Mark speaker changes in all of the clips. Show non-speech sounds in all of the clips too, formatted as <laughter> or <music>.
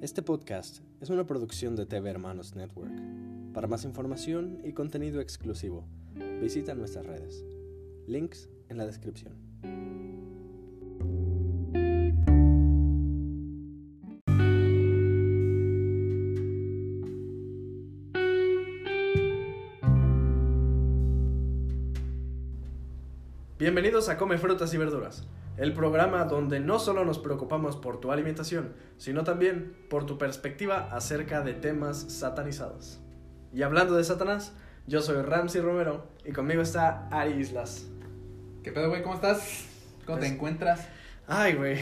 Speaker 1: Este podcast es una producción de TV Hermanos Network. Para más información y contenido exclusivo, visita nuestras redes. Links en la descripción. Bienvenidos a Come Frutas y Verduras, el programa donde no solo nos preocupamos por tu alimentación, sino también por tu perspectiva acerca de temas satanizados. Y hablando de Satanás, yo soy Ramsey Romero y conmigo está Ari Islas.
Speaker 2: ¿Qué pedo, güey? ¿Cómo estás? ¿Cómo
Speaker 1: Pues-
Speaker 2: te encuentras?
Speaker 1: Ay, güey,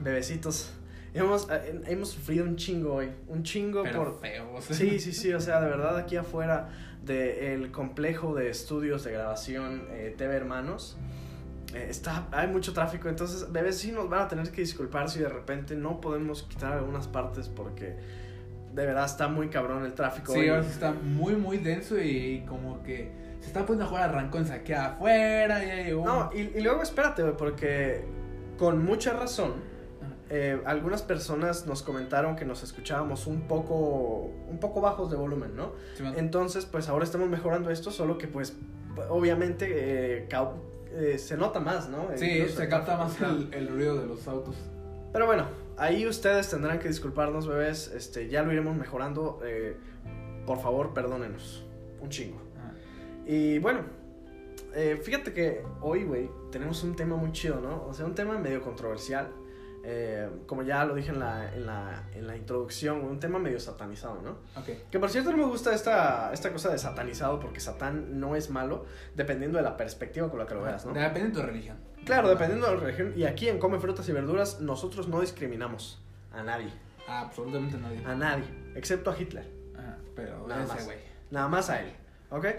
Speaker 1: bebecitos. Hemos, eh, hemos sufrido un chingo hoy, un chingo
Speaker 2: Pero
Speaker 1: por...
Speaker 2: feo, o sea.
Speaker 1: Sí, sí, sí, o sea, de verdad aquí afuera del complejo de estudios de grabación eh, TV Hermanos eh, está, hay mucho tráfico, entonces bebés sí nos van a tener que disculpar si de repente no podemos quitar algunas partes porque de verdad está muy cabrón el tráfico.
Speaker 2: Sí,
Speaker 1: hoy.
Speaker 2: ahora sí está muy, muy denso y como que se está poniendo a jugar arrancón aquí afuera. Ya llegó.
Speaker 1: No, y, y luego espérate, güey, porque con mucha razón eh, algunas personas nos comentaron que nos escuchábamos un poco, un poco bajos de volumen, ¿no?
Speaker 2: Simón.
Speaker 1: Entonces, pues ahora estamos mejorando esto, solo que pues obviamente eh, cau- eh, se nota más, ¿no? Eh,
Speaker 2: sí,
Speaker 1: incluso
Speaker 2: se
Speaker 1: el
Speaker 2: capta
Speaker 1: tráfico.
Speaker 2: más el, el ruido de los autos.
Speaker 1: Pero bueno, ahí ustedes tendrán que disculparnos, bebés, este, ya lo iremos mejorando, eh, por favor, perdónenos, un chingo.
Speaker 2: Ajá.
Speaker 1: Y bueno, eh, fíjate que hoy, güey, tenemos un tema muy chido, ¿no? O sea, un tema medio controversial. eh, como ya lo dije en la, en la, en la introducción, güey, un tema medio satanizado, ¿no?
Speaker 2: Ok.
Speaker 1: Que por cierto no me gusta esta, esta cosa de satanizado porque Satán no es malo, dependiendo de la perspectiva con la que lo veas, ¿no?
Speaker 2: Depende de tu religión.
Speaker 1: Claro, dependiendo de la religión. Y aquí en Come Frutas y Verduras nosotros no discriminamos a nadie,
Speaker 2: Ah, absolutamente nadie.
Speaker 1: a nadie, excepto a Hitler.
Speaker 2: Ajá, pero
Speaker 1: Nada más.
Speaker 2: ese, güey.
Speaker 1: Nada más a él, ¿ok? Eh,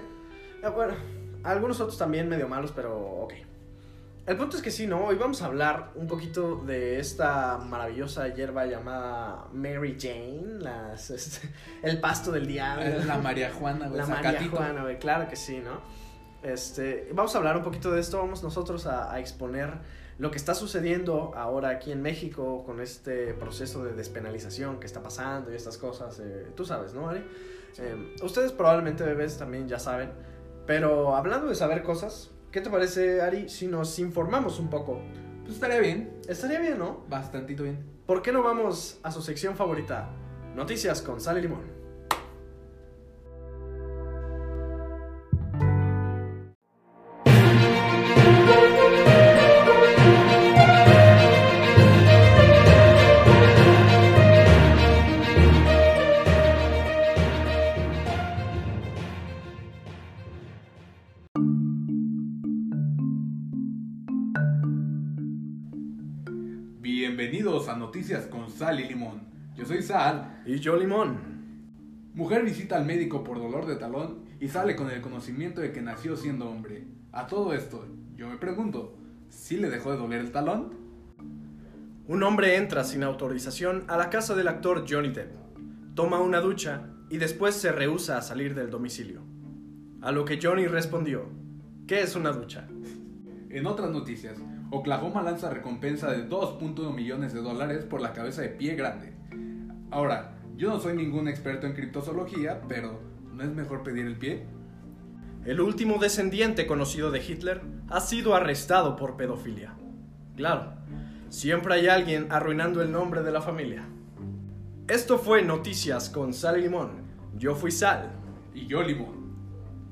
Speaker 1: bueno, algunos otros también medio malos, pero ok. El punto es que sí, ¿no? Hoy vamos a hablar un poquito de esta maravillosa hierba llamada Mary Jane, las, este, el pasto del diablo.
Speaker 2: Es La María Juana, güey.
Speaker 1: La María
Speaker 2: Zacatito.
Speaker 1: Juana, güey, claro que sí, ¿no? Este, vamos a hablar un poquito de esto, vamos nosotros a, a exponer lo que está sucediendo ahora aquí en México con este proceso de despenalización que está pasando y estas cosas, eh, tú sabes, ¿no, Ari? Eh, ustedes probablemente, bebés, también ya saben, pero hablando de saber cosas, ¿qué te parece, Ari, si nos informamos un poco?
Speaker 2: Pues estaría bien.
Speaker 1: Estaría bien, ¿no?
Speaker 2: Bastantito bien.
Speaker 1: ¿Por qué no vamos a su sección favorita? Noticias con sal y limón.
Speaker 2: Bienvenidos a Noticias con Sal y Limón. Yo soy Sal.
Speaker 1: Y yo, limón.
Speaker 2: Mujer visita al médico por dolor de talón y sale con el conocimiento de que nació siendo hombre. A todo esto, yo me pregunto, ¿sí le dejó de doler el talón?
Speaker 1: Un hombre entra sin autorización a la casa del actor Johnny Depp, toma una ducha y después se rehúsa a salir del domicilio. A lo que Johnny respondió, ¿qué es una ducha?
Speaker 2: En otras noticias, Oklahoma lanza recompensa de 2.1 millones de dólares por la cabeza de pie grande. Ahora, yo no soy ningún experto en criptozoología, pero ¿no es mejor pedir el pie?
Speaker 1: El último descendiente conocido de Hitler ha sido arrestado por pedofilia. Claro, siempre hay alguien arruinando el nombre de la familia. Esto fue Noticias con Sal y Limón. Yo fui Sal.
Speaker 2: Y yo limón.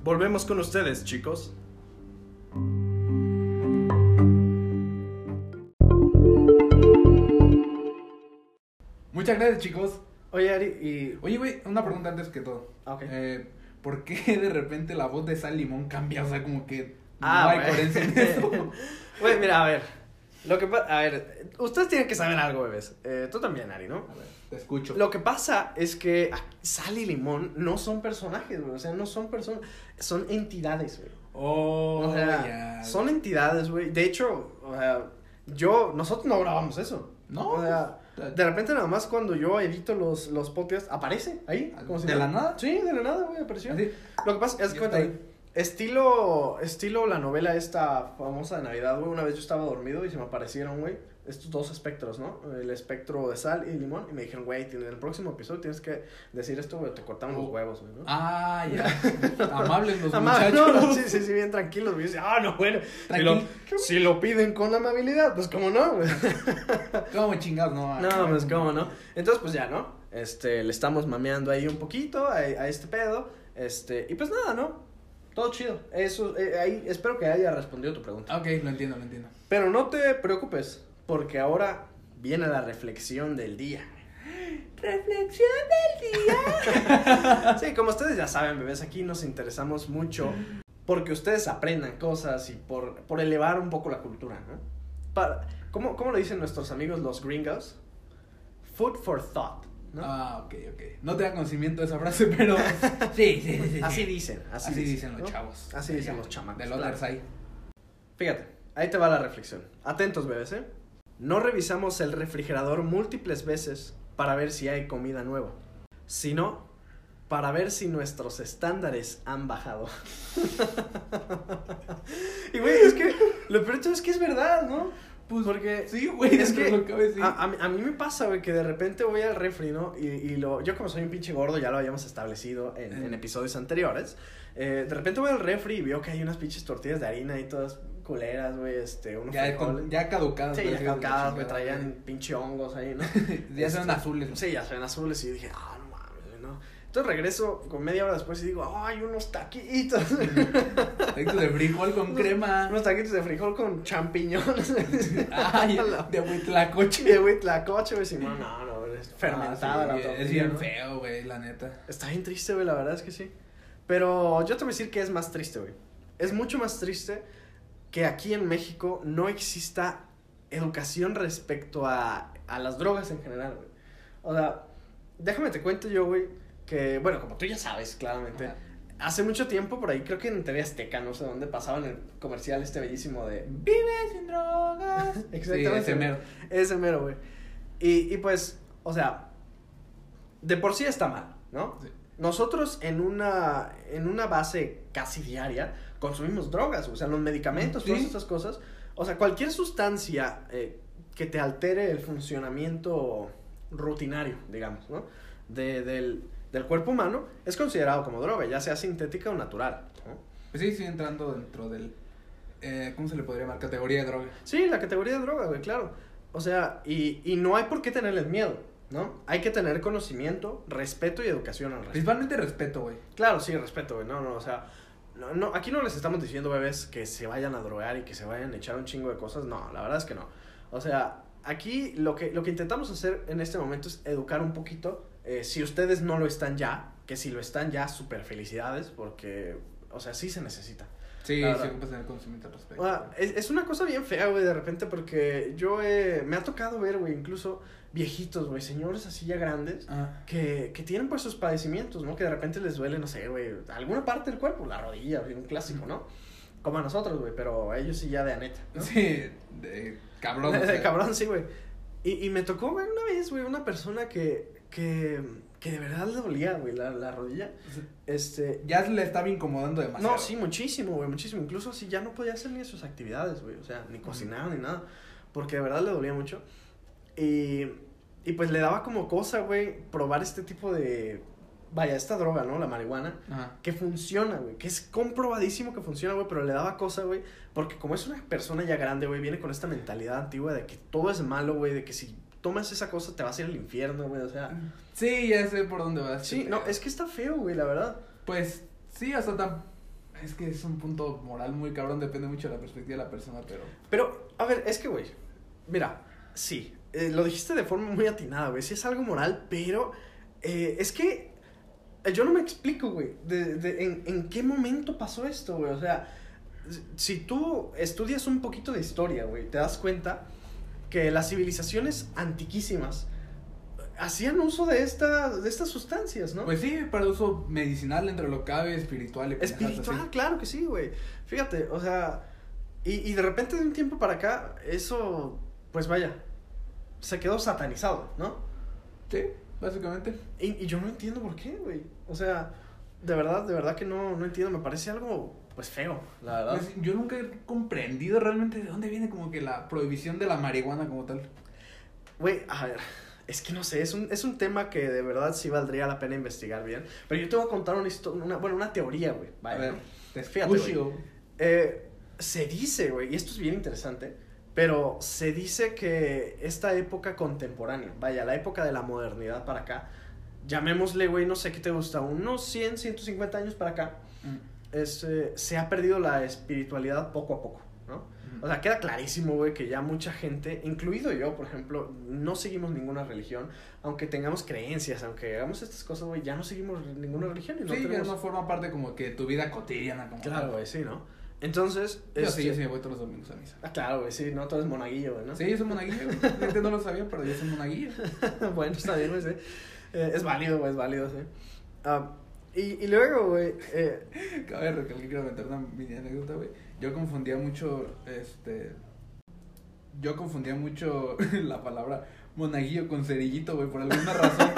Speaker 1: Volvemos con ustedes, chicos.
Speaker 2: Muchas gracias chicos.
Speaker 1: Oye, Ari, y...
Speaker 2: Oye, güey, una pregunta antes que todo.
Speaker 1: Ah, ok.
Speaker 2: Eh, ¿Por qué <laughs> de repente la voz de Sal Limón cambia? O sea, como que
Speaker 1: Ah,
Speaker 2: no hay
Speaker 1: güey.
Speaker 2: coherencia en eso.
Speaker 1: <laughs> Güey, mira, a ver. Lo que pa- a ver, ustedes tienen que saber algo, bebés. Eh, tú también, Ari, ¿no?
Speaker 2: A ver, te escucho.
Speaker 1: Lo que pasa es que ah, Sal y Limón no son personajes, güey. O sea, no son personas. Son entidades, güey.
Speaker 2: Oh,
Speaker 1: O sea,
Speaker 2: ya.
Speaker 1: son entidades, güey. De hecho, o sea, yo, nosotros no grabamos eso.
Speaker 2: No. pues,
Speaker 1: O sea, de repente nada más cuando yo edito los, los podcasts, aparece ahí.
Speaker 2: ¿De
Speaker 1: nada.
Speaker 2: la nada?
Speaker 1: Sí, de la nada, güey, apareció.
Speaker 2: Así,
Speaker 1: Lo que pasa es
Speaker 2: Ya
Speaker 1: que
Speaker 2: está ahí.
Speaker 1: Estilo, estilo la novela esta famosa de Navidad, güey. Una vez yo estaba dormido y se me aparecieron, güey, estos dos espectros, ¿no? El espectro de sal y limón. Y me dijeron, güey, en el próximo episodio tienes que decir esto, güey, o te cortamos los
Speaker 2: Oh.
Speaker 1: huevos, güey, ¿no?
Speaker 2: Ah,
Speaker 1: <laughs>
Speaker 2: pues, ya. Amables los
Speaker 1: Amable,
Speaker 2: muchachos.
Speaker 1: no, no, sí, sí, sí, bien tranquilos. güey. Y dice, ah, no, bueno. Y lo- si lo piden con amabilidad, pues cómo no, güey.
Speaker 2: ¿Cómo chingados? No,
Speaker 1: No, pues cómo no. Entonces, pues ya, ¿no? Este, le estamos mameando ahí un poquito a, a este pedo. Este, y pues nada, ¿no? Todo chido. Eso, eh, ahí espero que haya respondido tu pregunta.
Speaker 2: Ok, lo entiendo, lo entiendo.
Speaker 1: Pero no te preocupes, porque ahora viene la reflexión del
Speaker 2: <laughs>
Speaker 1: día.
Speaker 2: Reflexión del día.
Speaker 1: Sí, como ustedes ya saben, bebés, aquí nos interesamos mucho porque ustedes aprendan cosas y por, por elevar un poco la cultura, ¿no? Para, ¿cómo, ¿Cómo lo dicen nuestros amigos los gringos? Food for thought, ¿no?
Speaker 2: <laughs> Ah, ok, ok. No te da conocimiento de esa frase,
Speaker 1: <laughs>
Speaker 2: pero. Sí, sí, sí. sí.
Speaker 1: Así dicen, así,
Speaker 2: Así dicen, los
Speaker 1: ¿no?
Speaker 2: chavos.
Speaker 1: Así dicen los chamacos.
Speaker 2: Del
Speaker 1: claro.
Speaker 2: other side.
Speaker 1: Fíjate, ahí te va la reflexión. Atentos, bebés, ¿eh? No revisamos el refrigerador múltiples veces para ver si hay comida nueva, sino para ver si nuestros estándares han bajado. <laughs> y güey, es que lo peor de todo es que es verdad, ¿no? Pues porque
Speaker 2: Sí, güey,
Speaker 1: Es
Speaker 2: es
Speaker 1: que
Speaker 2: que lo que voy a decir.
Speaker 1: a, a mí- a mí me pasa, güey, que de repente voy al refri, ¿no? Y, y lo, yo como soy un pinche gordo, ya lo habíamos establecido en, en episodios anteriores. eh, de repente voy al refri y veo que hay unas pinches tortillas de harina y todas culeras, güey, este, unos
Speaker 2: ya,
Speaker 1: frijoles.
Speaker 2: con- ya caducadas.
Speaker 1: Sí,
Speaker 2: pero
Speaker 1: ya
Speaker 2: sí, de la
Speaker 1: calcadas, güey,
Speaker 2: chingada,
Speaker 1: traían pinche hongos ahí, ¿no?
Speaker 2: güey. <laughs> Ya son
Speaker 1: Este,
Speaker 2: azules.
Speaker 1: <laughs>
Speaker 2: güey.
Speaker 1: Sí, ya se ven azules y dije, ah, no mames, güey, no. Entonces regreso con media hora después y digo, ah, hay unos taquitos. <laughs>
Speaker 2: Taquitos de frijol con crema. <laughs>
Speaker 1: unos taquitos de frijol con champiñones. <laughs>
Speaker 2: Ay,
Speaker 1: La-
Speaker 2: de huitlacoche.
Speaker 1: Sí, güey, la coche, güey, sí, no, no, no, güey, es <laughs> fermentada
Speaker 2: Ah, sí,
Speaker 1: la
Speaker 2: güey,
Speaker 1: tortilla.
Speaker 2: Es bien
Speaker 1: ¿no?
Speaker 2: feo, güey, la neta.
Speaker 1: Está bien triste, güey, la verdad es que sí. Pero yo te voy a decir que es más triste, güey. Es mucho más triste que aquí en México no exista educación respecto a, a las drogas en general, güey. O sea, déjame te cuento yo, güey, que, bueno, como tú ya sabes, claramente,
Speaker 2: Ajá.
Speaker 1: hace mucho tiempo por ahí, creo que en TV Azteca, no sé dónde, pasaban el comercial este bellísimo de Vive sin drogas.
Speaker 2: Sí, ese mero.
Speaker 1: <laughs> Ese mero, güey. Y, y pues, o sea, de por sí está mal, ¿no?
Speaker 2: Sí.
Speaker 1: Nosotros en una, en una base casi diaria consumimos drogas, o sea, los medicamentos,
Speaker 2: Mm, Sí.
Speaker 1: todas estas cosas. O sea, cualquier sustancia eh, que te altere el funcionamiento rutinario, digamos, ¿no? De- del, del cuerpo humano es considerado como droga, ya sea sintética o natural, ¿no?
Speaker 2: Pues sí, sí, entrando dentro del. eh, ¿Cómo se le podría llamar? Categoría de droga.
Speaker 1: Sí, la categoría de droga, güey, claro. O sea, y, y no hay por qué tenerles miedo, ¿no? Hay que tener conocimiento, respeto y educación al respecto.
Speaker 2: Principalmente respeto, güey.
Speaker 1: Claro, sí, respeto, güey. No, no, o sea, no, no, aquí no les estamos diciendo, bebés, que se vayan a drogar y que se vayan a echar un chingo de cosas. No, la verdad es que no. O sea, aquí lo que, lo que intentamos hacer en este momento es educar un poquito. Eh, si ustedes no lo están ya, que si lo están ya, súper felicidades, porque, o sea, sí se necesita.
Speaker 2: Sí,
Speaker 1: Claro.
Speaker 2: sí, ocupas tener conocimiento al respecto.
Speaker 1: O sea,
Speaker 2: güey.
Speaker 1: es, es una cosa bien fea, güey, de repente, porque yo eh, me ha tocado ver, güey, incluso viejitos, güey, señores así ya grandes,
Speaker 2: Ah,
Speaker 1: que, que tienen pues sus padecimientos, ¿no? Que de repente les duele, no sé, güey, alguna parte del cuerpo, la rodilla, güey, un clásico, ¿no? Como a nosotros, güey, pero a ellos sí ya de aneta. ¿no?
Speaker 2: Sí, de- cabrón.
Speaker 1: <laughs>
Speaker 2: o
Speaker 1: De- de
Speaker 2: sea.
Speaker 1: cabrón, sí, güey. Y, y me tocó, güey, una vez, güey, una persona que, que, que de verdad le dolía, güey, la, la rodilla. Este,
Speaker 2: Ya le estaba incomodando demasiado.
Speaker 1: no, sí, muchísimo, güey, muchísimo. Incluso así ya no podía hacer ni sus actividades, güey. O sea, ni cocinar, ni nada. Porque de verdad le dolía mucho. Y, y pues le daba como cosa, güey, probar este tipo de... Vaya, esta droga, ¿no? La marihuana.
Speaker 2: Ajá.
Speaker 1: Que funciona, güey. Que es comprobadísimo que funciona, güey. Pero le daba cosa, güey. Porque como es una persona ya grande, güey, viene con esta mentalidad antigua de que todo es malo, güey. De que si tomas esa cosa te vas a ir al infierno, güey. O sea...
Speaker 2: Sí, ya sé por dónde vas.
Speaker 1: Sí, no, es que está feo, güey, la verdad.
Speaker 2: Pues sí, hasta tan. Es que es un punto moral muy cabrón, depende mucho de la perspectiva de la persona, pero.
Speaker 1: Pero, a ver, es que, güey, mira, sí, eh, lo dijiste de forma muy atinada, güey, sí es algo moral, pero eh, es que eh, yo no me explico, güey, de, de- en, en qué momento pasó esto, güey, o sea, si- si tú estudias un poquito de historia, güey, te das cuenta que las civilizaciones antiquísimas eh, hacían uso de, esta, de estas sustancias, ¿no?
Speaker 2: Pues sí, para uso medicinal, entre lo que cabe, espiritual y pendejadas
Speaker 1: Espiritual,
Speaker 2: así.
Speaker 1: claro que sí, güey. Fíjate, o sea, y, y de repente de un tiempo para acá, eso, pues vaya, se quedó satanizado, ¿no?
Speaker 2: Sí, básicamente.
Speaker 1: Y, y yo no entiendo por qué, güey. O sea, de verdad, de verdad que no, no entiendo. Me parece algo pues feo, la verdad.
Speaker 2: Pues, yo nunca he comprendido realmente de dónde viene como que la prohibición de la marihuana como tal.
Speaker 1: Güey, a ver, es que no sé, es un, es un tema que de verdad sí valdría la pena investigar bien. Pero yo te voy a contar una historia, una, bueno, una teoría, güey.
Speaker 2: A
Speaker 1: vaya,
Speaker 2: ver,
Speaker 1: ¿no?
Speaker 2: te
Speaker 1: Fíjate,
Speaker 2: escucho.
Speaker 1: Eh, se dice, güey, y esto es bien interesante, pero se dice que esta época contemporánea, vaya, la época de la modernidad para acá, llamémosle, güey, no sé qué te gusta, unos 100, 150 años para acá,
Speaker 2: Mm,
Speaker 1: es, eh, se ha perdido la espiritualidad poco a poco, ¿no?
Speaker 2: mm.
Speaker 1: O sea, queda clarísimo, güey, que ya mucha gente, incluido yo, por ejemplo, no seguimos ninguna religión, aunque tengamos creencias, aunque hagamos estas cosas, güey, ya no seguimos ninguna religión y no
Speaker 2: sí, que
Speaker 1: tenemos...
Speaker 2: no forma parte como que de tu vida cotidiana como
Speaker 1: Claro,
Speaker 2: tal.
Speaker 1: güey, sí, ¿no? Entonces...
Speaker 2: Yo
Speaker 1: este-
Speaker 2: sí, yo sí me voy todos los domingos a misa.
Speaker 1: Ah, claro, güey, sí, no, tú eres monaguillo, güey, ¿no?
Speaker 2: Sí, yo soy monaguillo. La gente no lo sabía, pero yo soy monaguillo.
Speaker 1: <laughs> bueno, está bien, güey, sí. Eh, es válido, güey, es válido, sí. Ah, y, y luego, güey, eh,
Speaker 2: Cabe recalcar, quiero contar una mini anécdota, güey. Yo confundía mucho, este... Yo confundía mucho <laughs> la palabra monaguillo con cerillito, güey, por
Speaker 1: <laughs>
Speaker 2: alguna razón.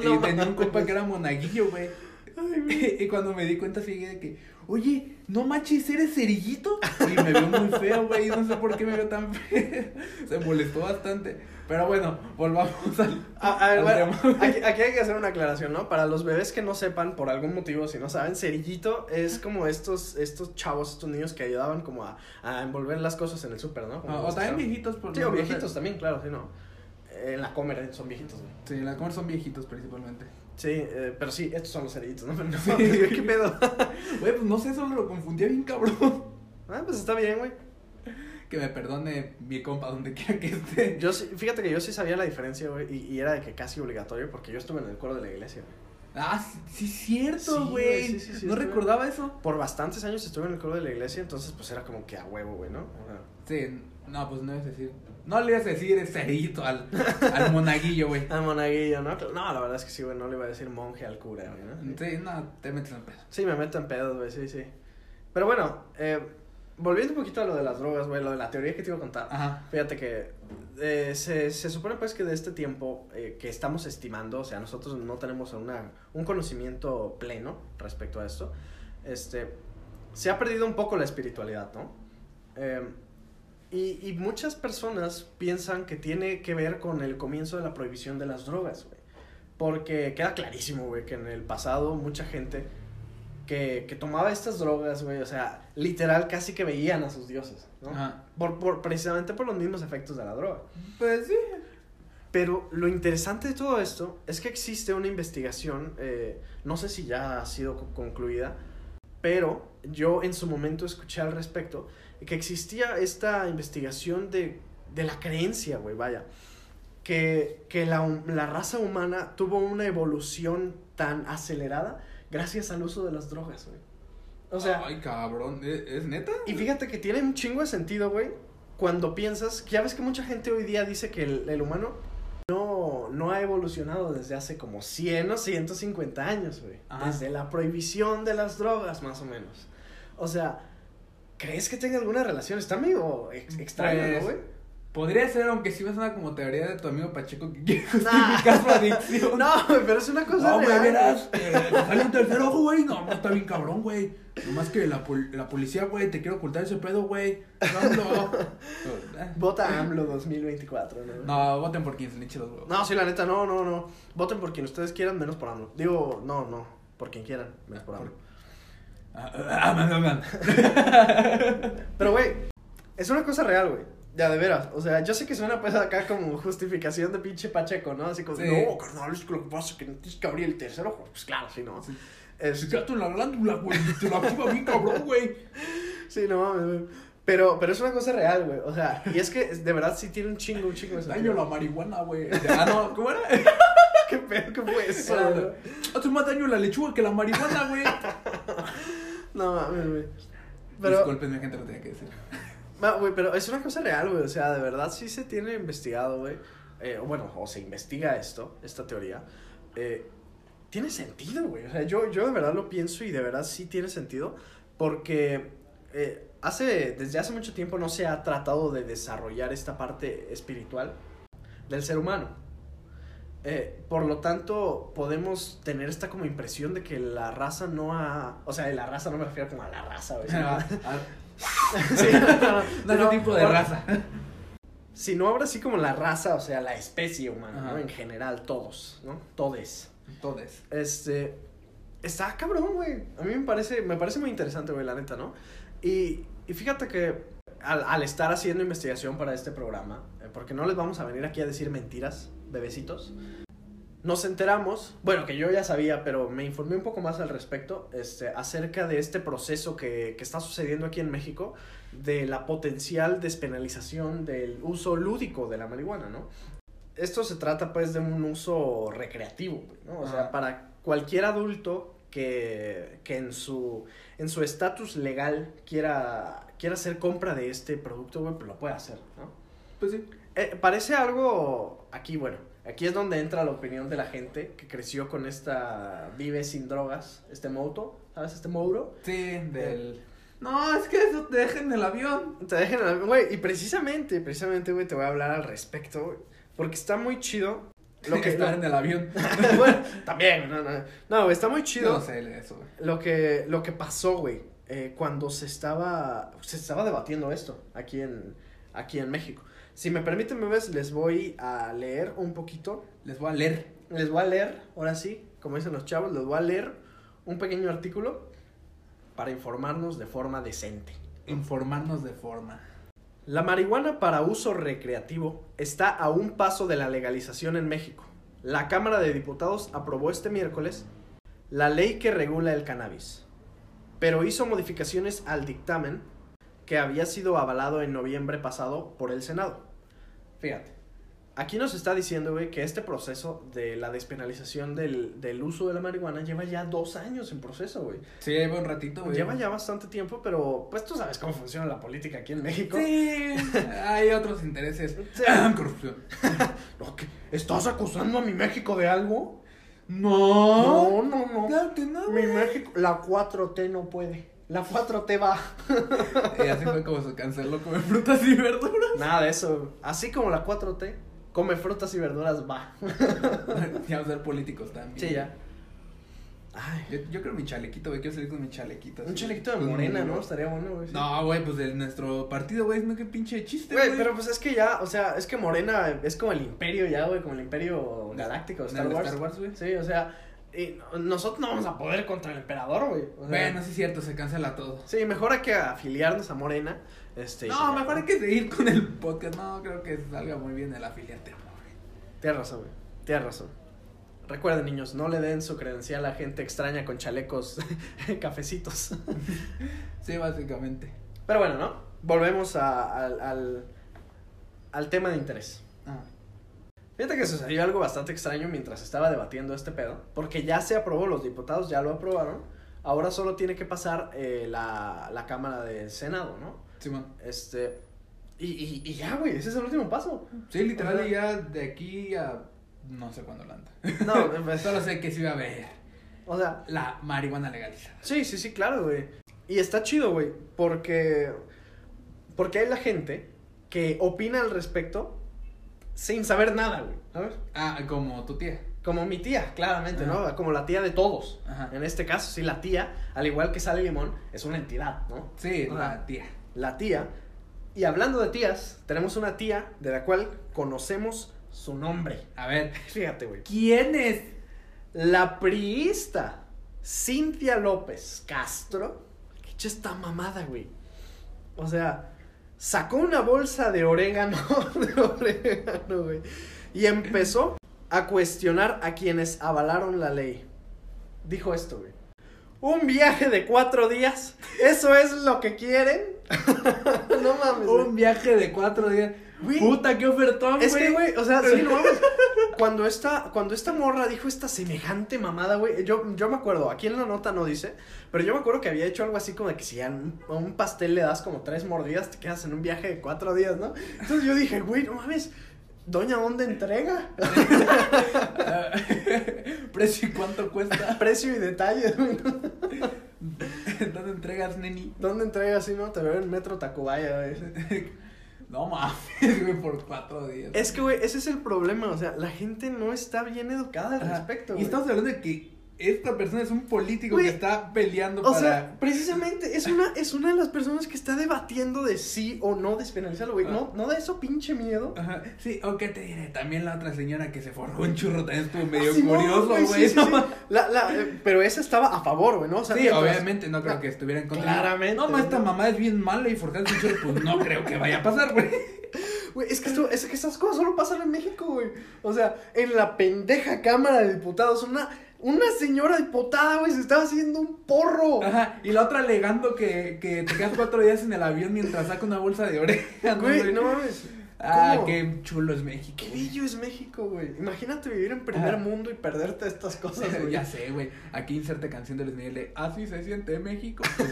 Speaker 2: y
Speaker 1: No
Speaker 2: tenía un
Speaker 1: mames.
Speaker 2: compa que era monaguillo, güey. <laughs> y cuando me di cuenta, sigue de que, oye, no manches, ¿eres cerillito? Y me vio muy feo, güey, no sé por qué me vio tan <laughs> feo. Se molestó bastante. Pero bueno, volvamos al...
Speaker 1: a- a ver,
Speaker 2: al
Speaker 1: Ah, bueno,
Speaker 2: tema.
Speaker 1: aquí, aquí hay que hacer una aclaración, ¿no? Para los bebés que no sepan, por algún motivo, si no saben, cerillito es como estos, estos chavos, estos niños que ayudaban como a, a envolver las cosas en el súper, ¿no? Como
Speaker 2: Ah, o
Speaker 1: los que
Speaker 2: también
Speaker 1: estaban-
Speaker 2: viejitos, por
Speaker 1: Sí, o
Speaker 2: no sé.
Speaker 1: viejitos también, claro, sí, ¿no? Eh, En la comer son viejitos, güey.
Speaker 2: Sí, en la comer son viejitos principalmente.
Speaker 1: Sí, eh, pero sí, estos son los cerillitos, ¿no? <laughs> Pero no, ¿Qué pedo?
Speaker 2: Güey, pues no sé, solo lo confundía bien cabrón. <laughs>
Speaker 1: Ah, pues está bien, güey.
Speaker 2: Que me perdone mi compa donde quiera que esté.
Speaker 1: Yo sí- fíjate que yo sí sabía la diferencia, güey, y, y era de que casi obligatorio porque yo estuve en el coro de la iglesia. güey.
Speaker 2: Ah, sí, sí es
Speaker 1: Sí,
Speaker 2: cierto,
Speaker 1: güey,
Speaker 2: güey.
Speaker 1: sí, sí, sí,
Speaker 2: no
Speaker 1: es
Speaker 2: recordaba eso.
Speaker 1: Por bastantes años estuve en el coro de la iglesia, entonces pues era como que a huevo, güey, ¿no? O sea,
Speaker 2: Sí, no, pues no ibas a decir. No le ibas a decir cerillito al,
Speaker 1: <laughs>
Speaker 2: al monaguillo, güey.
Speaker 1: ah, monaguillo, ¿no? No, la verdad es que sí, güey, no le iba a decir monje al cura, güey, ¿no?
Speaker 2: Sí, no, te metes en pedo.
Speaker 1: Sí, me meto en pedos, güey, sí, sí. Pero bueno, eh, volviendo un poquito a lo de las drogas, güey, lo de la teoría que te iba a contar.
Speaker 2: Ajá.
Speaker 1: Fíjate que eh, se, se supone pues que de este tiempo eh, que estamos estimando, o sea, nosotros no tenemos una, un conocimiento pleno respecto a esto, este, se ha perdido un poco la espiritualidad, ¿no? Eh, y, y muchas personas piensan que tiene que ver con el comienzo de la prohibición de las drogas, güey. Porque queda clarísimo, güey, que en el pasado mucha gente que, que tomaba estas drogas, güey, o sea, literal casi que veían a sus dioses, ¿no?
Speaker 2: Ajá.
Speaker 1: Por, por- precisamente por los mismos efectos de la droga.
Speaker 2: Pues sí.
Speaker 1: Pero lo interesante de todo esto es que existe una investigación, eh, no sé si ya ha sido co- concluida, pero yo en su momento escuché al respecto que existía esta investigación de, de la creencia, güey, vaya, que, que la, hum- la raza humana tuvo una evolución tan acelerada gracias al uso de las drogas, güey. O sea,
Speaker 2: Ay, cabrón. ¿Es, es neta?
Speaker 1: y fíjate que tiene un chingo de sentido, güey. Cuando piensas, ya ves que mucha gente hoy día dice que el, el humano no, no ha evolucionado desde hace como 100 o 150 años, güey.
Speaker 2: Ajá.
Speaker 1: Desde la prohibición de las drogas, más o menos. O sea, ¿crees que tenga alguna relación? Está medio ex- extraño, ¿no,
Speaker 2: Pues,
Speaker 1: güey?
Speaker 2: Podría ser, aunque sí me suena como teoría de tu amigo Pacheco que quiere
Speaker 1: Nah.
Speaker 2: justificar su adicción.
Speaker 1: No, güey, pero es una cosa
Speaker 2: No, güey,
Speaker 1: real.
Speaker 2: verás, eh, te sale un tercer ojo, güey. No, no, está bien cabrón, güey. Nomás que la, pol- la policía, güey, te quiere ocultar ese pedo, güey. No, <laughs> no.
Speaker 1: Vota AMLO 2024, ¿no?
Speaker 2: No, voten por quien se le eche los huevos.
Speaker 1: No, sí, la neta, no, no, no. Voten por quien ustedes quieran, menos por AMLO. Digo, no, no, por quien quieran, menos por AMLO.
Speaker 2: Por- Ah, ah, man, man, man.
Speaker 1: Pero, güey, es una cosa real, güey. Ya, de veras. O sea, yo sé que suena pues acá como justificación de pinche Pacheco, ¿no? Así como,
Speaker 2: Sí.
Speaker 1: no, carnal, es que lo que pasa es que no tienes que abrir el tercer ojo. Pues claro, sí, ¿no?
Speaker 2: Sí. Si te
Speaker 1: Este,
Speaker 2: ato la glándula, güey, te la activa bien cabrón, güey.
Speaker 1: sí, no mames, güey. Pero, pero es una cosa real, güey. O sea, y es que es- de verdad sí tiene un chingo, un chingo de
Speaker 2: Daño
Speaker 1: sentido.
Speaker 2: la marihuana, güey. Ah, no, ¿cómo era?
Speaker 1: <laughs> ¿Qué pedo? ¿Qué fue eso, güey?
Speaker 2: Hace más daño la lechuga que la marihuana, güey.
Speaker 1: No mames, güey. Pero,
Speaker 2: Disculpenme, gente, lo tenía que decir.
Speaker 1: ma, güey, pero es una cosa real, güey. O sea, de verdad sí se tiene investigado, güey. Eh, o bueno, o se investiga esto, esta teoría. eh, tiene sentido, güey. O sea, yo, yo de verdad lo pienso y de verdad sí tiene sentido porque eh, hace, desde hace mucho tiempo no se ha tratado de desarrollar esta parte espiritual del ser humano. Eh, por lo tanto, podemos tener esta como impresión de que la raza no ha... O sea, de la raza no me refiero como a la raza, güey. sino- Sí, no, no,
Speaker 2: Pues, Ah, No,
Speaker 1: sino-
Speaker 2: tipo de
Speaker 1: por-
Speaker 2: raza.
Speaker 1: Sino ahora sí como la raza, o sea, la especie humana,
Speaker 2: Ajá.
Speaker 1: ¿no? En general, todos, ¿no? Todes.
Speaker 2: Todes.
Speaker 1: Este. Está cabrón, güey. A mí me parece, me parece muy interesante, güey, la neta, ¿no? Y, y fíjate que al, al estar haciendo investigación para este programa, eh, porque no les vamos a venir aquí a decir mentiras, bebecitos, nos enteramos, bueno, que yo ya sabía, pero me informé un poco más al respecto, este, acerca de este proceso que, que está sucediendo aquí en México, de la potencial despenalización del uso lúdico de la marihuana, ¿no? Esto se trata pues de un uso recreativo, güey, ¿no? O sea,
Speaker 2: Ajá.
Speaker 1: para cualquier adulto que, que en su en su estatus legal quiera, quiera hacer compra de este producto, güey, pues lo puede hacer, ¿no?
Speaker 2: Pues sí.
Speaker 1: Eh, parece algo aquí, bueno, aquí es donde entra la opinión de la gente que creció con esta vive sin drogas, este moto, ¿sabes? Este mouro.
Speaker 2: Sí, del. No, es que eso te dejen el avión.
Speaker 1: Te dejen, en la- güey, y precisamente, precisamente, güey, te voy a hablar al respecto, güey, porque está muy chido lo
Speaker 2: <laughs>
Speaker 1: que...
Speaker 2: estar en el avión.
Speaker 1: <laughs> bueno, también, no, no, no, está muy chido.
Speaker 2: Yo no sé eso, güey.
Speaker 1: Lo que, lo que pasó, güey, eh, cuando se estaba, se estaba debatiendo esto aquí en, aquí en México. Si me permiten, bebés, les voy a leer un poquito.
Speaker 2: Les voy a leer.
Speaker 1: Les voy a leer, ahora sí, como dicen los chavos, les voy a leer un pequeño artículo para informarnos de forma decente.
Speaker 2: Informarnos de forma.
Speaker 1: La marihuana para uso recreativo está a un paso de la legalización en México. La Cámara de Diputados aprobó este miércoles la ley que regula el cannabis, pero hizo modificaciones al dictamen que había sido avalado en noviembre pasado por el Senado. Fíjate. Aquí nos está diciendo, güey, que este proceso de la despenalización del, del uso de la marihuana lleva ya dos años en proceso, güey.
Speaker 2: Sí, lleva un ratito, güey.
Speaker 1: Lleva ya bastante tiempo, pero pues tú sabes cómo funciona la política aquí en México. <laughs>
Speaker 2: Sí, hay
Speaker 1: <coughs>
Speaker 2: otros intereses.
Speaker 1: Sí.
Speaker 2: Corrupción.
Speaker 1: No, ¿qué? ¿Estás acusando a mi México de algo? ¿Ah? No,
Speaker 2: No.
Speaker 1: no, no.
Speaker 2: Claro que no.
Speaker 1: Mi México, la 4T no puede. La 4T va.
Speaker 2: Y así fue como se canceló comer frutas y verduras. <laughs>
Speaker 1: Nada de eso. Así como la 4T, come frutas y verduras va.
Speaker 2: Ya vamos a ser políticos también.
Speaker 1: Sí, ya. Ay,
Speaker 2: Yo, yo creo mi chalequito, güey. Quiero salir con mi chalequito.
Speaker 1: un
Speaker 2: así.
Speaker 1: chalequito de
Speaker 2: Con
Speaker 1: morena,
Speaker 2: mi-
Speaker 1: ¿no? Estaría bueno, güey. sí.
Speaker 2: No, güey, pues de nuestro partido, güey. No, qué pinche chiste,
Speaker 1: Güey, pero pues es que ya, o sea, es que Morena es como el imperio ya, güey, como el imperio galáctico de Star
Speaker 2: Del
Speaker 1: Wars.
Speaker 2: Star Wars, güey.
Speaker 1: Sí, o sea, y no- nosotros no vamos a poder contra el emperador, güey. O sea,
Speaker 2: Bueno, sí es cierto, se cancela todo.
Speaker 1: Sí, mejor hay que afiliarnos a Morena. Este,
Speaker 2: No,
Speaker 1: y-
Speaker 2: mejor hay que seguir con el podcast. No, creo que salga muy bien el afiliate, amor.
Speaker 1: Tienes razón, güey. Tienes razón. Recuerden, niños, no le den su credencial a gente extraña con chalecos <laughs> cafecitos.
Speaker 2: Sí, básicamente.
Speaker 1: Pero bueno, ¿no? Volvemos a- al, al, al tema de interés.
Speaker 2: Ah.
Speaker 1: Fíjate que sucedió algo bastante extraño mientras estaba debatiendo este pedo, porque ya se aprobó, los diputados ya lo aprobaron, ahora solo tiene que pasar eh, la, la Cámara del Senado, ¿no?
Speaker 2: Simón.
Speaker 1: Este... Y, y, y ya, güey, ese es el último paso.
Speaker 2: Sí, literal,
Speaker 1: Ajá.
Speaker 2: y ya de aquí a. No sé cuándo lo anda.
Speaker 1: No, pues,
Speaker 2: Solo sé que sí va a haber
Speaker 1: <laughs> o sea,
Speaker 2: la marihuana legalizada.
Speaker 1: Sí, sí, sí, claro, güey. Y está chido, güey, porque porque hay la gente que opina al respecto sin saber nada, güey, ¿sabes?
Speaker 2: Ah, como tu tía.
Speaker 1: Como mi tía, claramente,
Speaker 2: Ajá.
Speaker 1: ¿no? Como la tía de todos.
Speaker 2: Ajá.
Speaker 1: En este caso, sí, la tía, al igual que Sale Limón, es una entidad, ¿no?
Speaker 2: Sí,
Speaker 1: Ajá.
Speaker 2: la tía.
Speaker 1: La tía. Y hablando de tías, tenemos una tía de la cual conocemos su nombre.
Speaker 2: A ver.
Speaker 1: Fíjate, güey.
Speaker 2: ¿Quién es?
Speaker 1: La priista Cintia López Castro. Que hecha esta mamada, güey. O sea, sacó una bolsa de orégano, <laughs> de orégano, güey. Y empezó a cuestionar a quienes avalaron la ley. Dijo esto, güey. Un viaje de cuatro días, ¿eso es lo que quieren? <laughs> no mames. Pues, güey.
Speaker 2: Un viaje de cuatro días.
Speaker 1: Güey.
Speaker 2: Puta, qué ofertón, güey.
Speaker 1: Es que, güey, o sea, sí,
Speaker 2: <laughs>
Speaker 1: no mames. Cuando esta, cuando esta morra dijo esta semejante mamada, güey, yo, yo me acuerdo, aquí en la nota no dice, pero yo me acuerdo que había hecho algo así como de que si a un, a un pastel le das como tres mordidas, te quedas en un viaje de cuatro días, ¿no? Entonces yo dije, güey, no mames, doña, ¿dónde entrega? <laughs>
Speaker 2: Ah, <laughs> Precio y cuánto cuesta.
Speaker 1: Precio y detalles, güey.
Speaker 2: <laughs> ¿Dónde entregas, neni?
Speaker 1: ¿Dónde entrega así, no? Te veo en Metro Tacubaya, güey.
Speaker 2: <laughs> No mames, güey, por cuatro días.
Speaker 1: Es que, güey, ese es el problema. O sea, la gente no está bien educada al
Speaker 2: Ajá.
Speaker 1: respecto,
Speaker 2: Y
Speaker 1: güey.
Speaker 2: estamos hablando de que esta persona es un político
Speaker 1: Güey,
Speaker 2: que está <laughs> peleando
Speaker 1: O
Speaker 2: para.
Speaker 1: sea, precisamente es una, es una de las personas que está debatiendo de sí o no despenalizarlo, güey.
Speaker 2: Ah.
Speaker 1: No, no da eso pinche miedo.
Speaker 2: Ajá, Sí, aunque te diré, también la otra señora que se forjó un churro también estuvo medio
Speaker 1: Ah, Simón,
Speaker 2: curioso,
Speaker 1: güey,
Speaker 2: güey.
Speaker 1: sí, sí,
Speaker 2: no
Speaker 1: sí.
Speaker 2: mames.
Speaker 1: La- la- eh, pero esa estaba a favor, güey, ¿no? O sea,
Speaker 2: Sí,
Speaker 1: mientras- Ah,
Speaker 2: obviamente no creo que estuviera en contra.
Speaker 1: Claramente,
Speaker 2: No, ma, esta
Speaker 1: ¿no?
Speaker 2: mamá es bien mala y forjarse un churro, pues no creo que vaya a pasar, güey.
Speaker 1: Güey, es que, esto, es que estas cosas solo pasan en México, güey. O sea, en la pendeja Cámara de Diputados, una, una señora diputada, güey, se estaba haciendo un porro.
Speaker 2: Ajá, y la otra alegando que, que te quedas cuatro días en el avión mientras saca una bolsa de oreja.
Speaker 1: Güey, no mames.
Speaker 2: Ah,
Speaker 1: ¿cómo?
Speaker 2: qué chulo es México.
Speaker 1: Qué bello es México, güey. Imagínate vivir en primer
Speaker 2: Ajá.
Speaker 1: mundo y perderte estas cosas, güey.
Speaker 2: <laughs> ya sé, güey. Aquí inserte canción de Luis Miguel de Así se siente <laughs> México. Pues,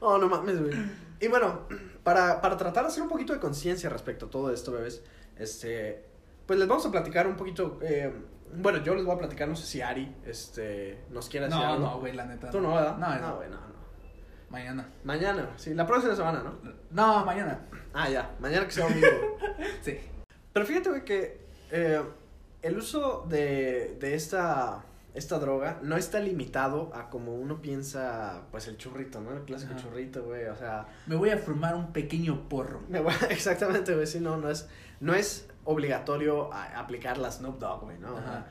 Speaker 1: Oh, no mames, güey. Y bueno, para, para tratar de hacer un poquito de conciencia respecto a todo esto, bebés, este, pues les vamos a platicar un poquito, eh, bueno, yo les voy a platicar, no sé si Ari, este, nos quiere decir
Speaker 2: no,
Speaker 1: algo.
Speaker 2: no, güey, la neta.
Speaker 1: Tú no, ¿verdad?
Speaker 2: No,
Speaker 1: no,
Speaker 2: no.
Speaker 1: güey, no, no.
Speaker 2: Mañana.
Speaker 1: Mañana, sí, la próxima semana, ¿no?
Speaker 2: No, mañana.
Speaker 1: Ah, ya, mañana que sea
Speaker 2: <laughs>
Speaker 1: domingo.
Speaker 2: Sí.
Speaker 1: Pero fíjate, güey, que eh, el uso de, de esta, esta droga no está limitado a como uno piensa, pues, el churrito, ¿no? El clásico
Speaker 2: Ajá.
Speaker 1: churrito, güey, o sea...
Speaker 2: Me voy a fumar un pequeño porro.
Speaker 1: Me voy- <laughs> Exactamente, güey, sí, no, no es, no es obligatorio a- aplicar la Snoop Dogg, güey, ¿no? O sea,
Speaker 2: Ajá.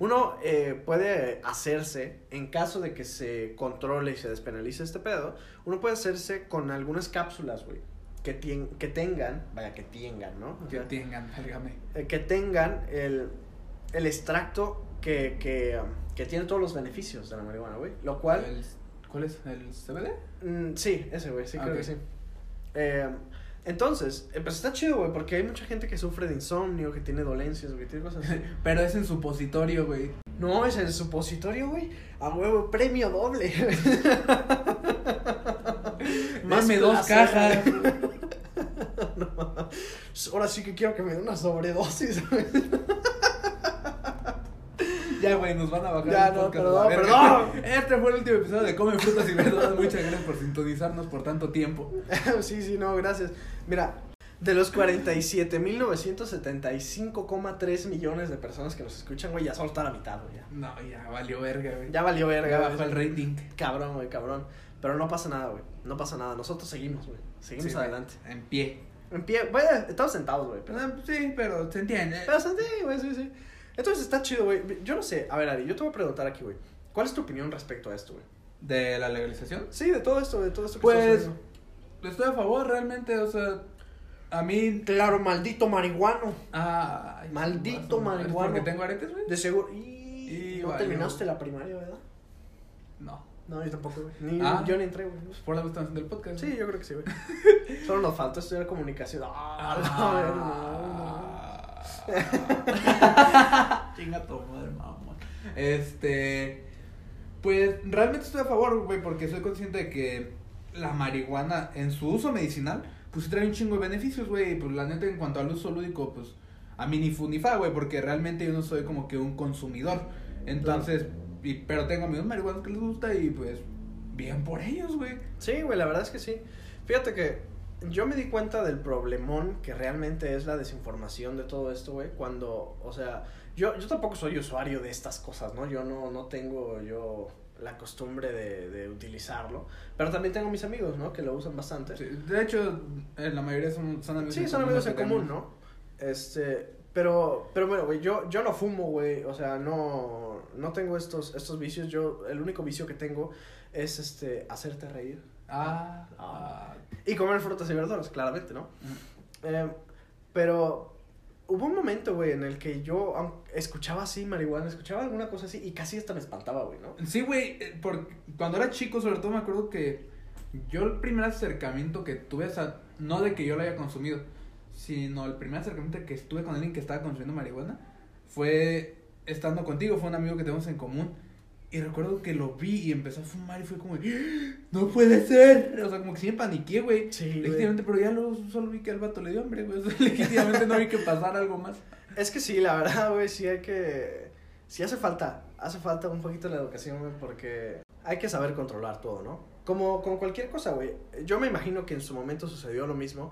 Speaker 1: Uno eh, puede hacerse, en caso de que se controle y se despenalice este pedo, uno puede hacerse con algunas cápsulas, güey, que, tien- que tengan, vaya, que tengan, ¿no? O
Speaker 2: Que
Speaker 1: sea,
Speaker 2: tengan, válgame.
Speaker 1: eh, que tengan el, el extracto que, que, um, que tiene todos los beneficios de la marihuana, güey, lo cual...
Speaker 2: El- ¿Cuál es? ¿El CBD?
Speaker 1: Mm, sí, ese güey, sí,
Speaker 2: Ah,
Speaker 1: creo
Speaker 2: ok.
Speaker 1: que sí. Eh, entonces, eh, pues está chido, güey, porque hay mucha gente que sufre de insomnio, que tiene dolencias, güey, que tiene cosas
Speaker 2: <laughs>
Speaker 1: así.
Speaker 2: <laughs> Pero es en supositorio, güey.
Speaker 1: No, es el supositorio, güey. A huevo, premio
Speaker 2: <laughs>
Speaker 1: doble.
Speaker 2: Dame dos
Speaker 1: placer.
Speaker 2: cajas.
Speaker 1: <laughs> No, ahora sí que quiero que me dé una sobredosis.
Speaker 2: <laughs>
Speaker 1: <laughs>
Speaker 2: Ya, güey, nos van a bajar
Speaker 1: Ya,
Speaker 2: el
Speaker 1: no,
Speaker 2: podcast. a
Speaker 1: perdón,
Speaker 2: la verga.
Speaker 1: perdón.
Speaker 2: <laughs> Este fue el último episodio de Come Frutas y Verduras. Muchas gracias por sintonizarnos por tanto tiempo.
Speaker 1: sí, sí, no, gracias. Mira, de los 47.975,3 millones de personas que nos escuchan, güey, ya solo está la mitad, güey. ya.
Speaker 2: No, ya valió verga, güey.
Speaker 1: Ya valió verga.
Speaker 2: Ya
Speaker 1: güey.
Speaker 2: bajó el rating.
Speaker 1: Cabrón, güey, cabrón. Pero no pasa nada, güey. No pasa nada. Nosotros seguimos, güey. Seguimos
Speaker 2: Sí, güey,
Speaker 1: adelante.
Speaker 2: En pie.
Speaker 1: En pie, güey, estamos sentados, güey. Pero,
Speaker 2: Ah, Sí, pero se entiende.
Speaker 1: pero sí, güey, sí, sí. Entonces está chido, güey. Yo no sé. A ver, Ari, yo te voy a preguntar aquí, güey. ¿Cuál es tu opinión respecto a esto, güey?
Speaker 2: ¿De la legalización?
Speaker 1: Sí, de todo esto, de todo esto que
Speaker 2: Pues-
Speaker 1: está sucediendo.
Speaker 2: Estoy a favor, realmente, o sea, a mí...
Speaker 1: Claro, maldito marihuano.
Speaker 2: Ah,
Speaker 1: Maldito marihuano.
Speaker 2: ¿Porque tengo aretes, güey?
Speaker 1: De seguro. Y,
Speaker 2: Y
Speaker 1: no
Speaker 2: valió.
Speaker 1: terminaste la primaria, ¿verdad?
Speaker 2: No.
Speaker 1: No, yo tampoco, güey. Ni,
Speaker 2: Ah.
Speaker 1: Yo ni entré, güey.
Speaker 2: Pues por algo estamos haciendo el podcast.
Speaker 1: Sí, yo creo que sí, güey. <laughs> Solo nos faltó estudiar comunicación. Ah, la verga, no, no.
Speaker 2: Ah.
Speaker 1: Ah.
Speaker 2: <laughs> Chinga tu madre, mamón. Este. Pues realmente estoy a favor, güey, porque soy consciente de que la marihuana en su uso medicinal, pues sí trae un chingo de beneficios, güey. y, Pues la neta, en cuanto al uso lúdico, pues a mí ni fu ni fa, güey, porque realmente yo no soy como que un consumidor. Entonces, y, pero tengo amigos marihuanos que les gusta y pues, bien por ellos, güey.
Speaker 1: Sí, güey, la verdad es que sí. Fíjate que yo me di cuenta del problemón que realmente es la desinformación de todo esto, güey, cuando, o sea, yo, yo tampoco soy usuario de estas cosas, ¿no? Yo no, no tengo yo la costumbre de, de utilizarlo, pero también tengo mis amigos, ¿no? Que lo usan bastante.
Speaker 2: Sí, De hecho, eh, la mayoría son, son amigos
Speaker 1: Sí,
Speaker 2: en
Speaker 1: son
Speaker 2: común
Speaker 1: amigos
Speaker 2: los
Speaker 1: en
Speaker 2: que
Speaker 1: común,
Speaker 2: tenemos.
Speaker 1: ¿no? Este, pero, pero bueno, güey, yo, yo no fumo, güey, o sea, no, no tengo estos, estos vicios, yo, el único vicio que tengo es, este, hacerte reír.
Speaker 2: Ah, ah.
Speaker 1: Y comer frutas y verduras, claramente, ¿no? Eh, pero hubo un momento, güey, en el que yo aun- escuchaba así marihuana, escuchaba alguna cosa así y casi hasta me espantaba, güey, ¿no?
Speaker 2: Sí, güey, eh, por- cuando era chico, sobre todo me acuerdo que yo el primer acercamiento que tuve, o sea, no de que yo lo haya consumido, sino el primer acercamiento que estuve con alguien que estaba consumiendo marihuana fue estando contigo, fue un amigo que tenemos en común. Y recuerdo que lo vi y empezó a fumar y fue como, "¡Ah! no puede ser. O sea, como que sí me paniqué, güey.
Speaker 1: Sí, güey.
Speaker 2: Legítimamente, pero ya luego solo vi que al vato le dio hambre, güey. O sea, <laughs> legítimamente no vi que pasara algo más.
Speaker 1: Es que sí, la verdad, güey, sí hay que... Sí hace falta, hace falta un poquito la educación, güey, porque hay que saber controlar todo, ¿no? Como con cualquier cosa, güey. Yo me imagino que en su momento sucedió lo mismo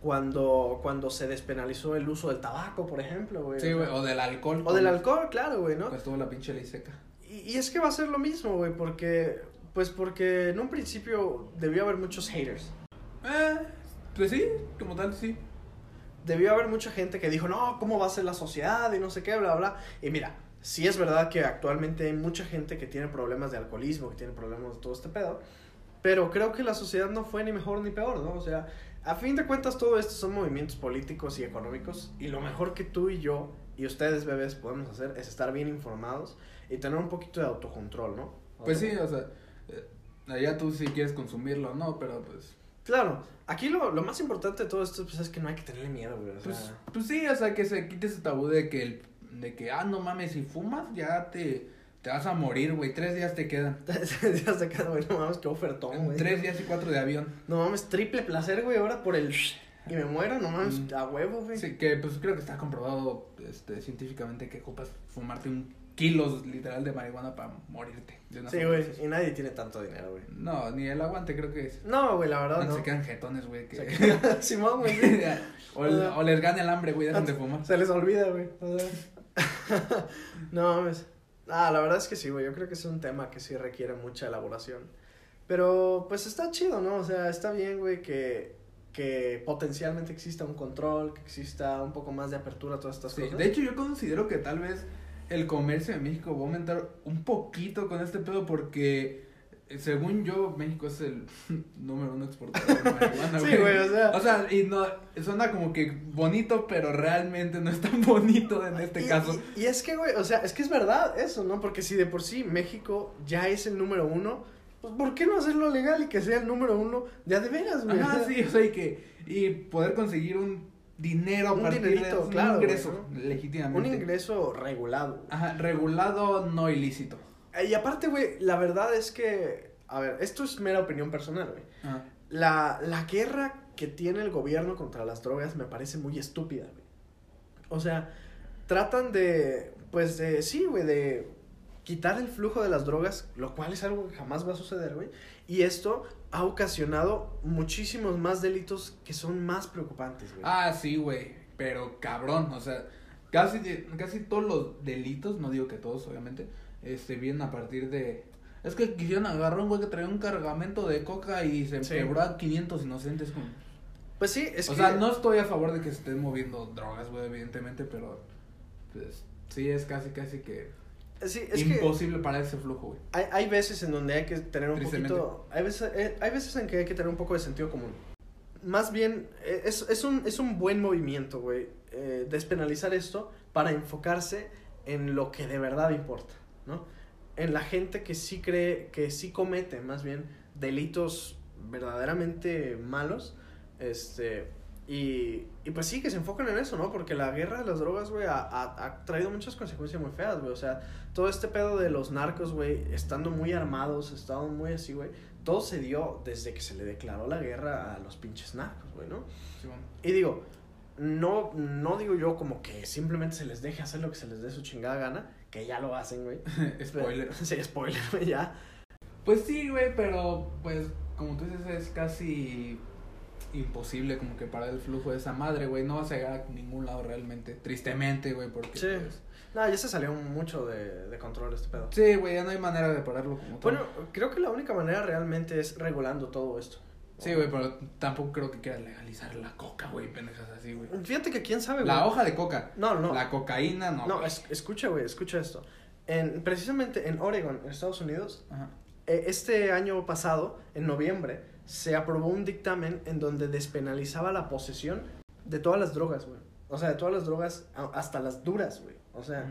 Speaker 1: cuando, cuando se despenalizó el uso del tabaco, por ejemplo, güey.
Speaker 2: Sí, güey, o del alcohol.
Speaker 1: O del alcohol, claro, güey, ¿no?
Speaker 2: Pues tuvo la pinche ley seca.
Speaker 1: Y, y es que va a ser lo mismo, güey, porque... Pues porque en un principio debió haber muchos haters.
Speaker 3: Eh, pues sí, como tal, sí.
Speaker 1: debió haber mucha gente que dijo, no, ¿cómo va a ser la sociedad? Y no sé qué, bla, bla. Y mira, sí es verdad que actualmente hay mucha gente que tiene problemas de alcoholismo, que tiene problemas de todo este pedo, pero creo que la sociedad no fue ni mejor ni peor, ¿no? O sea, a fin de cuentas todo esto son movimientos políticos y económicos y lo mejor que tú y yo y ustedes, bebés, podemos hacer es estar bien informados y tener un poquito de autocontrol, ¿no?
Speaker 2: Pues sí, o sea, eh, allá tú sí quieres consumirlo, no, pero pues.
Speaker 1: Claro, aquí lo, lo más importante de todo esto pues, es que no hay que tenerle miedo, güey. o sea,
Speaker 2: Pues, pues sí, o sea, que se quite ese tabú de que, el, de que ah, no mames, si fumas ya te, te vas a morir, güey. Tres días te quedan.
Speaker 1: <laughs> ya se queda, güey, no mames, qué ofertón, güey.
Speaker 2: Pues Tres días y cuatro de avión.
Speaker 1: No mames, triple placer, güey, ahora por el... Y me muero, no mames,
Speaker 2: Mm.
Speaker 1: a huevo, güey.
Speaker 2: Sí, que pues creo que está comprobado este, científicamente que ocupas fumarte un kilo literal de marihuana para morirte. de una
Speaker 1: Sí,
Speaker 2: sola
Speaker 1: güey,
Speaker 2: dosis.
Speaker 1: y nadie tiene tanto dinero, güey.
Speaker 2: No, ni el aguante creo que es.
Speaker 1: No, güey, la verdad
Speaker 2: Antes
Speaker 1: no.
Speaker 2: Se quedan jetones, güey.
Speaker 1: Se
Speaker 2: Que...
Speaker 1: queda- <laughs> Simón,
Speaker 2: <laughs>
Speaker 1: güey. sí.
Speaker 2: o, el- o les gana el hambre, güey, dejan de fumar.
Speaker 1: Se les olvida, güey. o sea. <laughs> no mames. Ah, la verdad es que sí, güey. Yo creo que es un tema que sí requiere mucha elaboración. Pero, pues está chido, ¿no? O sea, está bien, güey, que, que potencialmente exista un control, que exista un poco más de apertura a todas estas
Speaker 2: Sí,
Speaker 1: cosas.
Speaker 2: de hecho, yo considero que tal vez el comercio de México va a aumentar un poquito con este pedo porque, eh, según yo, México es el <laughs> número uno
Speaker 1: <laughs>
Speaker 2: exportador de marihuana,
Speaker 1: Sí, güey, o sea.
Speaker 2: O sea, y no, suena como que bonito, pero realmente no es tan <laughs> bonito en este
Speaker 1: Y-
Speaker 2: caso.
Speaker 1: Y, y es que, güey, o sea, es que es verdad eso, ¿no? Porque si de por sí México ya es el número uno, pues ¿por qué no hacerlo legal y que sea el número uno de a de veras, güey? <laughs>
Speaker 2: Ajá, sí, o sea, y que, y poder conseguir un dinero, a
Speaker 1: Un
Speaker 2: partir de-
Speaker 1: dinerito, claro,
Speaker 2: un
Speaker 1: güey,
Speaker 2: ingreso,
Speaker 1: ¿no? Un
Speaker 2: legítimamente.
Speaker 1: ingreso regulado.
Speaker 2: Ajá, regulado, no ilícito.
Speaker 1: Eh, Y aparte, güey, la verdad es que, a ver, esto es mera opinión personal, güey.
Speaker 2: Ajá.
Speaker 1: La, la guerra que tiene el gobierno contra las drogas me parece muy estúpida, güey. O sea, tratan de, pues de, sí, güey, de quitar el flujo de las drogas, lo cual es algo que jamás va a suceder, güey. Y esto ha ocasionado muchísimos más delitos que son más preocupantes, güey.
Speaker 2: Ah, sí, güey. Pero cabrón, o sea, casi, de- casi todos los delitos, no digo que todos, obviamente, este, vienen a partir de. Es que quisieron agarrar a un güey que traía un cargamento de coca y se
Speaker 1: Sí.
Speaker 2: quebró a 500 inocentes. como-
Speaker 1: Pues sí, es
Speaker 2: o
Speaker 1: que...
Speaker 2: sea, no estoy a favor de que se estén moviendo drogas, güey, evidentemente, pero. Pues, sí, es casi, casi que.
Speaker 1: sí, es que-
Speaker 2: imposible parar ese flujo, güey.
Speaker 1: Hay, hay veces en donde hay que tener un
Speaker 2: Tristemente.
Speaker 1: poquito. Hay veces, eh, hay veces en que hay que tener un poco de sentido común. Más bien, eh, es, es un, es un buen movimiento, güey, eh, despenalizar esto para enfocarse en lo que de verdad importa, ¿no? En la gente que sí cree, que sí comete, más bien, delitos verdaderamente malos, este. Y, y pues sí, que se enfoquen en eso, ¿no? Porque la guerra de las drogas, güey, ha, ha- ha traído muchas consecuencias muy feas, güey. O sea, todo este pedo de los narcos, güey, estando muy armados, estando muy así, güey, todo se dio desde que se le declaró la guerra a los pinches narcos, güey, ¿no?
Speaker 2: Simón. <laughs>
Speaker 1: Y digo, no, no digo yo como que simplemente se les deje hacer lo que se les dé su chingada gana, que ya lo hacen, güey.
Speaker 2: <laughs> Spoiler.
Speaker 1: <laughs> Sí, spoiler, güey, ya.
Speaker 2: Pues sí, güey, pero pues como tú dices es casi imposible como que parar el flujo de esa madre, güey. No vas a llegar a ningún lado realmente, tristemente, güey, porque...
Speaker 1: Sí.
Speaker 2: pues,
Speaker 1: No, ya se salió mucho de, de control este pedo.
Speaker 2: sí, güey, ya no hay manera de pararlo como tal.
Speaker 1: Bueno, creo que la única manera realmente es regulando todo esto.
Speaker 2: Sí, güey, pero tampoco creo que quieras legalizar la coca, güey, pendejas así, güey.
Speaker 1: Fíjate que quién sabe, güey.
Speaker 2: La hoja de coca.
Speaker 1: No, no.
Speaker 2: La cocaína, no. pues.
Speaker 1: No,
Speaker 2: güey.
Speaker 1: es- escucha, güey, escucha esto. En, precisamente en Oregon, en Estados Unidos,
Speaker 2: Ajá.
Speaker 1: eh, este año pasado, en noviembre, se aprobó un dictamen en donde despenalizaba la posesión de todas las drogas, güey. O sea, de todas las drogas, a- hasta las duras, güey. O sea,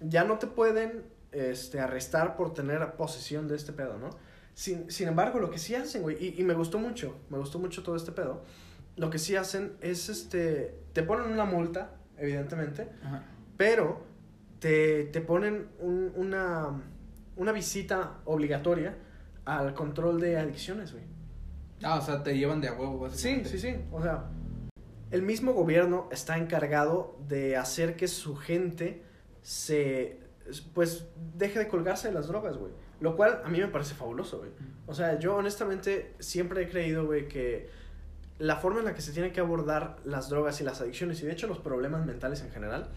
Speaker 1: ya no te pueden este, arrestar por tener posesión de este pedo, ¿no? Sin, sin embargo, lo que sí hacen, güey, y, y me gustó mucho, me gustó mucho todo este pedo, lo que sí hacen es, este, te ponen una multa, evidentemente,
Speaker 2: Ajá.
Speaker 1: pero te, te ponen un- una, una visita obligatoria al control de adicciones, güey.
Speaker 2: Ah, o sea, te llevan de a huevo,
Speaker 1: Sí,
Speaker 2: básicamente.
Speaker 1: sí, sí. O sea, el mismo gobierno está encargado de hacer que su gente se, pues, deje de colgarse de las drogas, güey. Lo cual a mí me parece fabuloso, güey. O sea, yo honestamente siempre he creído, güey, que la forma en la que se tienen que abordar las drogas y las adicciones y de hecho los problemas mentales en general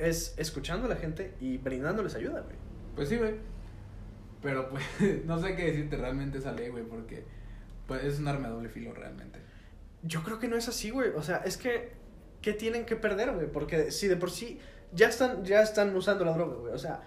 Speaker 1: es escuchando a la gente y brindándoles ayuda, güey.
Speaker 2: Pues sí, güey. Pero pues, <laughs> no sé qué decirte realmente esa ley, güey, porque pues, es un arma de doble filo realmente.
Speaker 1: Yo creo que no es así, güey. O sea, es que, ¿qué tienen que perder, güey? Porque si de por sí ya están, ya están usando la droga, güey. O sea,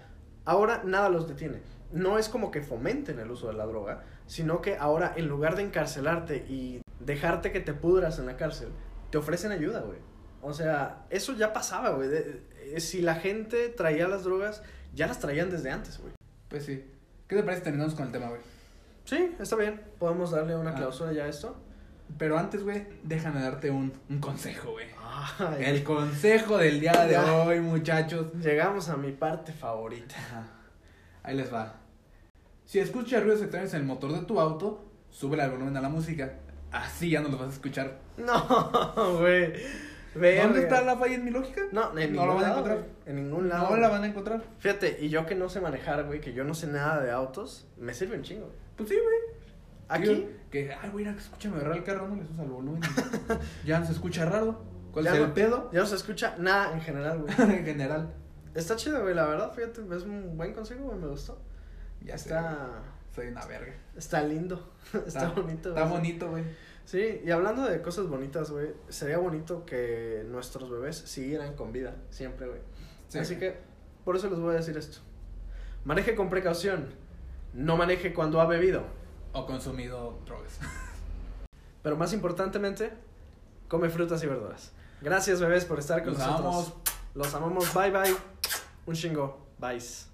Speaker 1: ahora nada los detiene. No es como que fomenten el uso de la droga, sino que ahora en lugar de encarcelarte y dejarte que te pudras en la cárcel, te ofrecen ayuda, güey. O sea, eso ya pasaba, güey. De- eh, Si la gente traía las drogas, ya las traían desde antes, güey.
Speaker 2: Pues sí. ¿Qué te parece si terminamos con el tema, güey?
Speaker 1: Sí, está bien. Podemos darle una
Speaker 2: Ah.
Speaker 1: clausura ya a esto.
Speaker 2: Pero antes, güey, déjame darte un, un consejo, güey.
Speaker 1: Ay,
Speaker 2: El consejo del día de
Speaker 1: Ya.
Speaker 2: hoy, muchachos.
Speaker 1: Llegamos a mi parte favorita.
Speaker 2: Ajá. Ahí les va. Si escuchas ruidos extraños en el motor de tu auto, sube el volumen a la música. Así ya no los vas a escuchar.
Speaker 1: No, <laughs> güey.
Speaker 2: ¿Dónde
Speaker 1: Verga.
Speaker 2: está la falla en mi lógica?
Speaker 1: No, en
Speaker 2: No
Speaker 1: ningún
Speaker 2: la van a
Speaker 1: lado,
Speaker 2: encontrar.
Speaker 1: güey. En ningún lado.
Speaker 2: No la
Speaker 1: güey.
Speaker 2: van a encontrar.
Speaker 1: Fíjate, y yo que no sé manejar, güey, que yo no sé nada de autos, me sirve un chingo. güey.
Speaker 2: Pues sí, güey.
Speaker 1: Aquí,
Speaker 2: Digo, Que, ay, güey, escúchame agarrar el carro, no le subas al volumen. <laughs> ya no se escucha raro. ¿Cuál
Speaker 1: Ya
Speaker 2: es el
Speaker 1: no.
Speaker 2: pedo? <laughs>
Speaker 1: ya no se escucha nada en general, güey.
Speaker 2: en general.
Speaker 1: Está chido, güey, la verdad, fíjate, es un buen consejo, güey, me gustó.
Speaker 2: Ya está.
Speaker 1: Está,
Speaker 2: Soy una verga.
Speaker 1: está lindo, <laughs> está, bonito.
Speaker 2: Está
Speaker 1: güey.
Speaker 2: bonito, güey.
Speaker 1: Sí, y hablando de cosas bonitas, güey, sería bonito que nuestros bebés siguieran con vida, siempre, güey.
Speaker 2: Sí.
Speaker 1: Así que, por eso les voy a decir esto. Maneje con precaución, no maneje cuando ha bebido,
Speaker 2: O consumido drogas.
Speaker 1: pero más importantemente, come frutas y verduras. Gracias, bebés, por estar con
Speaker 2: Los
Speaker 1: nosotros.
Speaker 2: amamos.
Speaker 1: Los amamos, bye bye. Un chingo, bye.